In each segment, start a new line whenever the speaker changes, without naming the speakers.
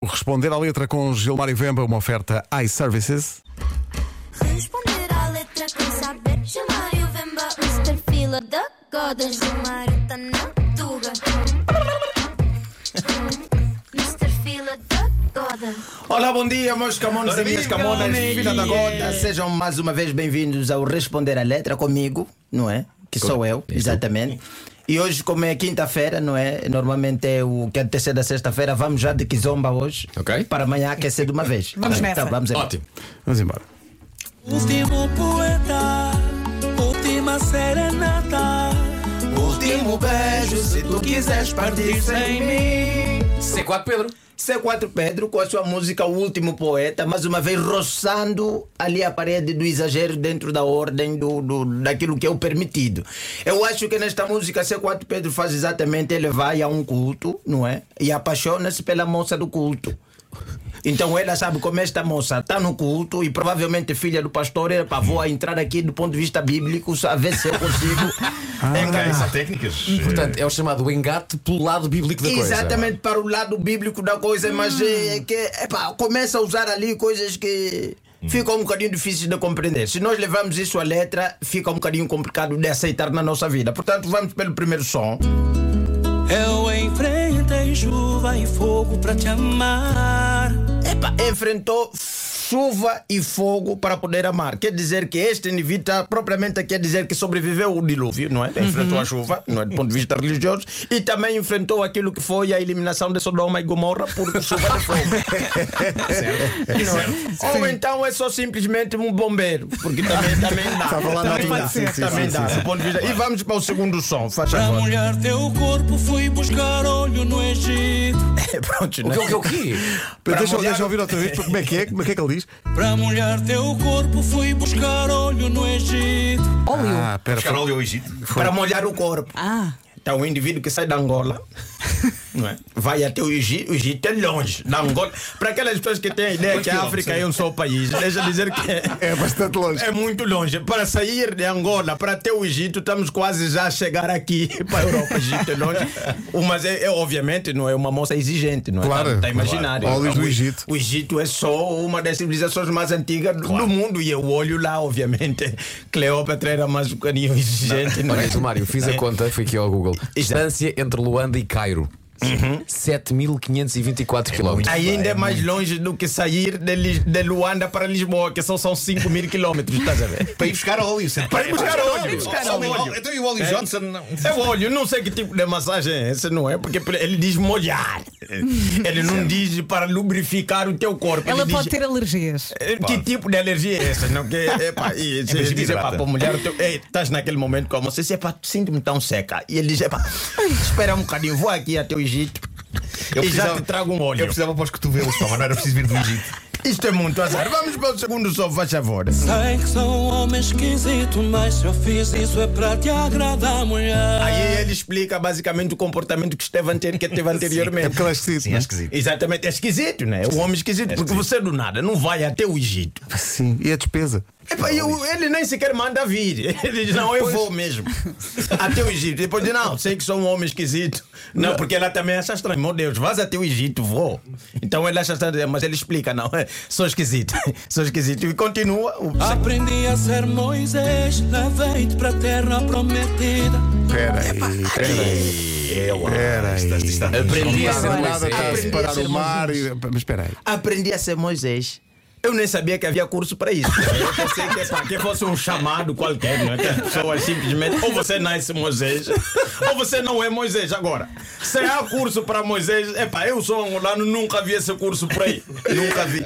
O Responder à letra com Gilmário Vemba, uma oferta iServices.
Responder à letra com saber chamar e o Vemba Um perfil da Godas de Marita na Tuga Mr. Fila da Goda
Olá, bom dia, meus camões e minhas camonas, filha da gota. Sejam mais uma vez bem-vindos ao Responder a Letra comigo, não é? Que sou eu, exatamente. E hoje, como é quinta-feira, não é? Normalmente é o que acontecer da sexta-feira, vamos já de Kizomba hoje.
Ok.
Para amanhã aquecer de uma vez.
Vamos
Tá,
nessa.
tá, vamos embora.
Ótimo.
Vamos embora.
Último poeta, última serenata.
Último beijo, se tu quiseres partir sem mim.
C4 Pedro.
C4 Pedro com a sua música O Último Poeta, mais uma vez roçando ali a parede do exagero dentro da ordem do, do- daquilo que é o permitido. Eu acho que nesta música C4 Pedro faz exatamente, ele vai a um culto, não é? E apaixona-se pela moça do culto. Então ela sabe como esta moça está no culto e provavelmente filha do pastor, ela pá, vou entrar aqui do ponto de vista bíblico, só a ver se eu consigo encaixar.
Há técnicas.
Portanto, é o chamado engate pelo lado bíblico da coisa.
Exatamente para o lado bíblico da coisa, mas é que epá, começa a usar ali coisas que
Hum.
ficam um bocadinho difíceis de compreender. Se nós levamos isso à letra, fica um bocadinho complicado de aceitar na nossa vida. Portanto, vamos pelo primeiro som.
Eu enfrentei chuva e fogo pra te amar.
Epá, enfrentou chuva e fogo para poder amar. Quer dizer que este indivíduo tá, propriamente quer dizer que sobreviveu o dilúvio, não é?
Uhum.
Enfrentou a chuva, não é? Do ponto de vista religioso, e também enfrentou aquilo que foi a eliminação de Sodoma e Gomorra por chuva e fogo. é? Ou então é só simplesmente um bombeiro, porque também, também dá.
Estava lá na
também
altura.
dá.
Sim, sim,
também
sim,
dá,
sim, sim.
do ponto de vista- E vamos para o segundo som, faz
Pra
favor.
molhar teu corpo, fui buscar óleo no Egito.
Pronto,
O
né?
que, É o que, o que?
Deixa,
mudar-
deixa eu ouvir outra vez como é que é, como é que é que ele diz?
Pra molhar teu corpo, fui buscar óleo no Egito.
Ah, pera,
Buscar óleo ao Egito.
Para molhar o corpo.
Ah,
Então, o indivíduo que sai da Angola não é? vai até o Egito, o Egito é longe da Angola. Para aquelas pessoas que têm a ideia que a África é um só país, deixa eu dizer que é,
é bastante longe.
é muito longe. Para sair de Angola para até o Egito, estamos quase já a chegar aqui para a Europa. O Egito é longe. O- Mas é, é, obviamente não é uma moça exigente, não é?
Claro,
Está imaginário. Então,
claro. Olhos do
O-
Egito.
O Egito é só uma das civilizações mais antigas do- do mundo e eu olho lá, obviamente. Cleópatra era mais um bocadinho exigente, não, é?
Olha, Mário, fiz a conta, fui aqui ao Google. Distância entre Luanda e Cairo.
Uhum.
7.524 km.
Ainda é mais longe do que sair de, Lis- de Luanda para Lisboa, que só são 5 mil quilômetros, estás a ver?
Para ir buscar óleo. sempre.
Para ir buscar óleo.
Só o óleo. Então e o óleo Johnson? Não.
É o óleo, não sei que tipo de massagem é essa, não é? Porque ele diz molhar. Ele não diz para lubrificar o teu corpo.
ela
ele
pode
diz,
ter alergias.
"Eh, Que tipo de alergia é essa? Não, que, epa,
É
e, se ele diz,
desidrata.
epa, para mulher, o teu- Ei, estás naquele momento como você, epa, sinto-me tão seca. E ele diz, epa, espera um bocadinho, vou aqui até o Egito
Eu
e já
precisava-
te trago um óleo.
Eu precisava para os cotovelos, pá, mas não era preciso vir do Egito.
Isto é muito azar. Vamos para o segundo som, faz favor.
Sei que sou um homem esquisito, mas se eu fiz isso é pra te agradar, mulher.
Aí ele explica basicamente o comportamento que esteve, anterior, que teve
É
anteriormente.
porque ele é esquisito.
Sim,
não
é
é?
esquisito.
Exatamente, é esquisito, né? O homem né? esquisito, porque você do nada não vai até o Egito.
Sim, e a despesa?
Epá, eu- ele nem sequer manda vir. Ele diz: Não, eu vou mesmo. Até o Egito. Depois diz: Não, sei que sou um homem esquisito. Não, porque ela também acha estranho. Meu Deus, vas até o Egito, vou. Então ele acha estranho, mas ele explica: Não, é, sou esquisito. Sou esquisito. E continua. O...
Aprendi a ser Moisés, levei-te pra terra prometida.
Espera aí, espera aí. Espera aí.
Aprendi tá a ser
Não dá é.
mais.
nada, está a separar o mar. e- Mas espera aí.
aprendi a ser Moisés. Eu nem sabia que havia curso para isso. Eu pensei que, pá, que fosse um chamado qualquer, não é? Que as pessoas simplesmente. Ou você nasce Moisés, ou você não é Moisés. Agora, se há curso para Moisés, epá, eu sou angolano, nunca vi esse curso por aí. Nunca vi.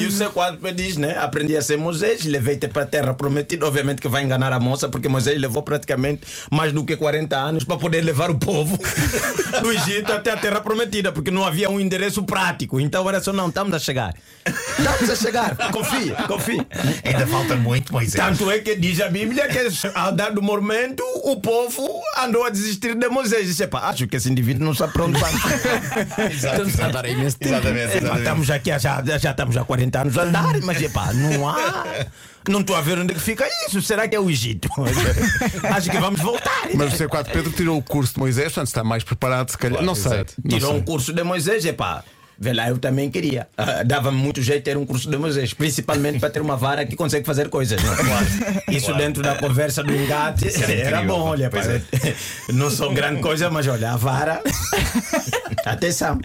E o C4 diz, né? Aprendi a ser Moisés, levei-te para a terra prometida. Obviamente que vai enganar a moça, porque Moisés levou praticamente mais do que 40 anos para poder levar o povo do Egito até a terra prometida, porque não havia um endereço prático. Então era só, não, estamos a chegar. Estamos a chegar. Confia, confia.
Ainda falta muito, Moisés.
Tanto é que diz a Bíblia que ao dado momento o povo andou a desistir de Moisés. Disse, pá, acho que esse indivíduo não está pronto para.
Exato,
Estamos a
exato.
dar imenso tempo.
Exatamente,
É, pá,
exatamente.
estamos aqui, há- já, já estamos há 40 anos a andar, mas epá, não há. Não estou a ver onde é que fica isso. Será que é o Egito? Acho que vamos voltar.
Mas o C4 Pedro tirou o curso de Moisés, portanto está mais preparado, se calhar. não sei.
exato.
não
Tirou
sei.
um curso de Moisés, epá. Vê lá, eu também queria. Ah, Dava-me muito jeito ter um curso de Moisés, principalmente para ter uma vara que consegue fazer coisas. não é? Isso dentro da conversa do engate
era
era,
incrível,
bom, olha,
pois
pá, não sou grande coisa, mas olha, a vara. Atenção.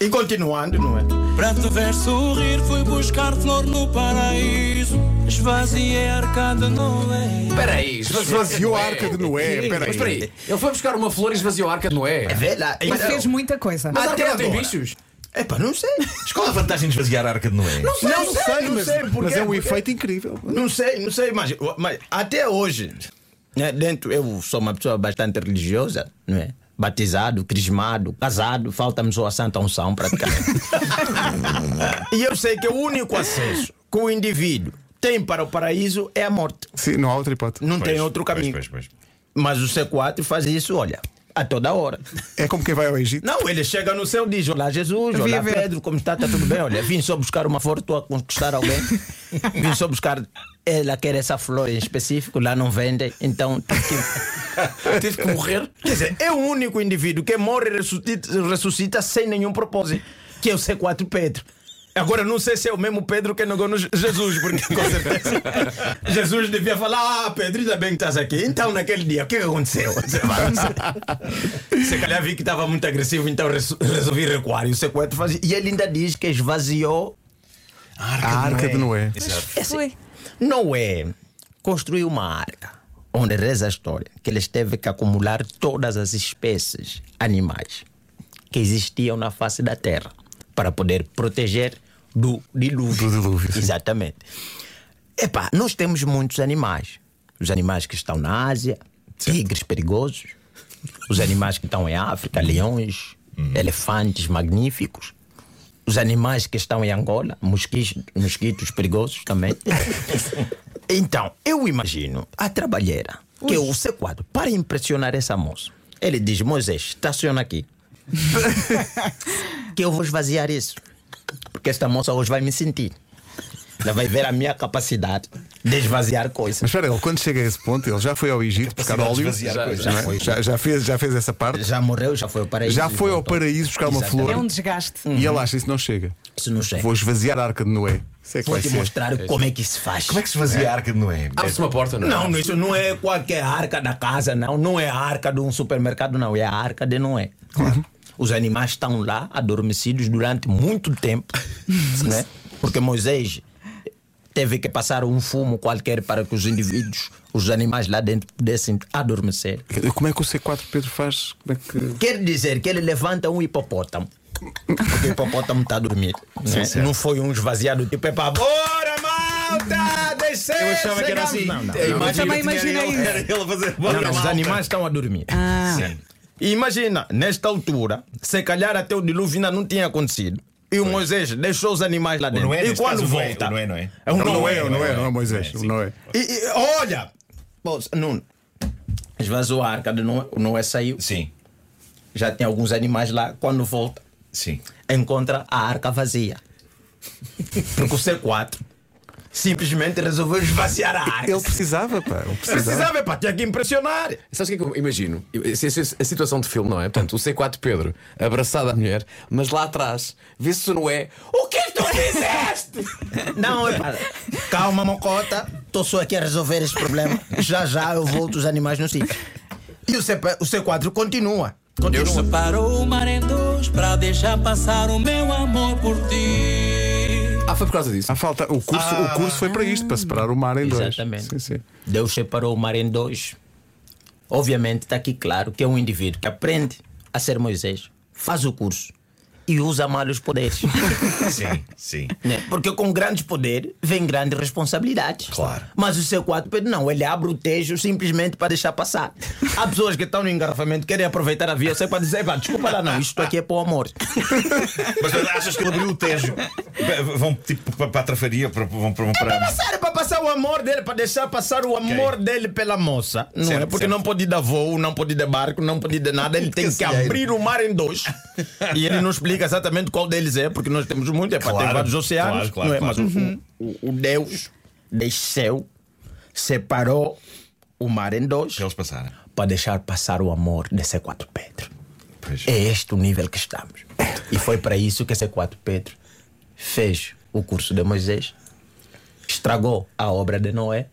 E continuando, não é?
Para te ver sorrir, fui buscar flor no paraíso. Esvaziei a arcada, não é?
Espera aí,
Esvaziou a Arca de Noé, espera aí. É
Mas espera aí, ele foi buscar uma flor e esvaziou a arca de Noé.
Vê lá.
Mas
então-
fez muita coisa.
Mas a arca não tem
agora.
bichos?
É pá, não sei.
Mas qual a vantagem de esvaziar a arca de Noé?
Não sei,
Não sei, mas,
porquê,
mas é um
porque-
efeito incrível.
Não sei, não sei, mas, mas até hoje, né, dentro, eu sou uma pessoa bastante religiosa, não é? Batizado, crismado, casado, falta-me só a Santa Unção praticamente. e eu sei que o único acesso que o indivíduo tem para o paraíso é a morte.
Sim, não há outra hipótese.
Não
Pois,
tem outro
pois,
caminho.
pois, pois.
Mas o C4 faz isso, olha, a toda hora.
É como quem vai ao Egito.
Não, ele chega no céu e diz: Olá, Jesus,
Vim
olá,
ver.
Pedro, como está? Está tudo bem? Olha, vim só buscar uma flor, estou a conquistar alguém. Vim só buscar. Ela quer essa flor em específico, lá não vende, então tive que, tive que morrer. Quer dizer, é o único indivíduo que morre e ressuscita, ressuscita sem nenhum propósito, que é o C4 Pedro. Agora, não sei se é o mesmo Pedro que negou no Je- Jesus, porque com certeza Jesus devia falar: Ah, Pedro, ainda bem que estás aqui. Então, naquele dia, o que que aconteceu? Se calhar vi que estava muito agressivo, então resu- resolvi recuar. E o sequestro faz. E ele ainda diz que esvaziou.
A Arca de Noé.
Foi.
Não é. Construiu uma arca. Onde reza a história que eles teve que acumular todas as espécies animais que existiam na face da terra para poder proteger do
Do
dilúvio.
dilúvio, sim.
Exatamente. Epá, nós temos muitos animais. Os animais que estão na Ásia, tigres perigosos. Os animais que estão em África, leões,
Hum.
elefantes magníficos. Os animais que estão em Angola, mosquitos, mosquitos perigosos também. então, eu imagino a trabalheira, que é o C4, para impressionar essa moça. Ele diz: Moisés, estaciona aqui. que eu vou esvaziar isso. Porque esta moça hoje vai me sentir. Ela vai ver a minha capacidade de esvaziar coisas.
Mas espera, ele quando chega a esse ponto, ele já foi ao Egito buscar
de
óleo.
esvaziar
não é?
coisas.
Já, já fez, já fez essa parte.
Já morreu, já foi ao paraíso.
Já
e
foi ao
voltou.
paraíso buscar uma
Exatamente. É.
flor.
É um desgaste.
E ele acha isso não chega.
Isso não chega.
Vou
Vou,
esvaziar a Arca de Noé. Isso é que vai
te
ser.
mostrar como é que se faz.
Como é que se esvazia a arca de Noé?
Abre-se uma porta, não é?
Não, isso não é qualquer arca da casa, não. Não é a arca de um supermercado, não. É a arca de Noé. Os animais estão lá, adormecidos durante muito tempo, né? Porque Moisés teve que passar um fumo qualquer para que os indivíduos, os animais lá dentro, pudessem adormecer.
Como é que o C4 Pedro faz? Como é que...
Quer dizer que ele levanta um hipopótamo. Porque o hipopótamo está a dormir. né? Não foi um esvaziado tipo, é para bora, malta! Descer!
Eu achava que era assim.
Não, não.
Eu
Eu também imaginei
ele, era ele a fazer.
Não, não, os animais estão a dormir.
Sim.
E Imagina, nesta altura, se calhar até o dilúvio ainda não tinha acontecido. E o Moisés deixou os animais lá dentro.
Noé,
e
neste
quando
caso, o Noé,
volta.
o Noé, não é?
É um
Não,
Não
Noé.
é, não é, não é Moisés.
sim.
Não é.
E, e, olha! Poxa, Nuno, esvazou a arca de Noé, o Noé saiu.
Sim,
Já tem alguns animais lá. Quando volta,
sim.
encontra a arca vazia. Porque o C4 simplesmente resolveu esvaziar a arca.
Ele precisava, pá. Ele precisava.
Precisava, pá, tinha que impressionar.
Sabes o que é que eu imagino? Eu- se- se- A situação de filme, não é? Portanto, o C4 Pedro abraçado à mulher, mas lá atrás vê-se o Noé. O que é que tu fizeste?
Não, é pá. Calma, mocota. Estou só aqui a resolver esse problema. Já já eu volto os animais no sítio. E o, CP, o C4 continua.
Deus
Continua.
separou o mar em dois para deixar passar o meu amor por ti.
Ah, foi por causa disso.
Ah, falta. O curso, o curso foi para isto, para separar o mar em dois.
Exatamente.
Sim, sim.
Deus separou o mar em dois. Obviamente está aqui claro que é um indivíduo que aprende a ser Moisés, faz o curso e usa mal os poderes.
Sim, sim.
né? Porque com grande poder vem grande responsabilidade.
Claro.
Mas o C4 Pedro não, ele abre o tejo simplesmente para deixar passar. Há pessoas que estão no engarrafamento, querem aproveitar a via, sei para dizer, "Vá, desculpa lá, não, isto aqui é para o amor.
Mas achas que ele abriu o tejo? Vão tipo para a trafaria, para- vão para. para-
Passar é para passar o amor dele, para deixar passar o amor dele pela moça. Não é
Certo,
porque
certo.
não pode ir dar voo, não pode ir de barco, não pode ir de nada, ele tem que,
Cacilheiro.
abrir o mar em dois. e ele não explica exatamente qual deles é, porque nós temos muito, é para
Claro,
ter vários
claro,
oceanos.
claro,
não é?
claro.
Mas o- o, o Deus desceu, separou o mar em dois
Para eles passarem.
para deixar passar o amor de C4 Pedro.
Pois.
É este o nível que estamos. E foi para isso que C4 Pedro fez o curso de Moisés, estragou a obra de Noé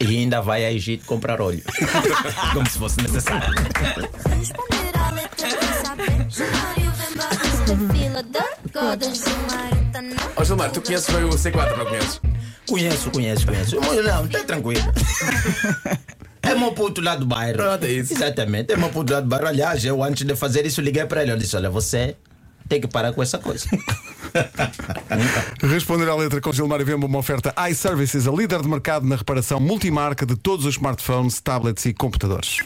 e ainda vai a Egito comprar óleo. Como se fosse necessário.
Responder à letra pra saber chamar e o Vemba Mr. Fila da Godas Gilmar tá na
Ó Gilmar, tu conheces bem o C4, não conheces?
Conheço, conheço, conheço. Mas não, tá tranquilo. É meu puto lá do bairro.
Pronto, é isso.
Exatamente, é meu puto lá do bairro. Aliás, eu antes de fazer isso liguei para ele. Eu disse: Olha, você tem que parar com essa coisa.
Responder à letra com Gilmar e Vemba, uma oferta iServices, a líder de mercado na reparação multimarca de todos os smartphones, tablets e computadores.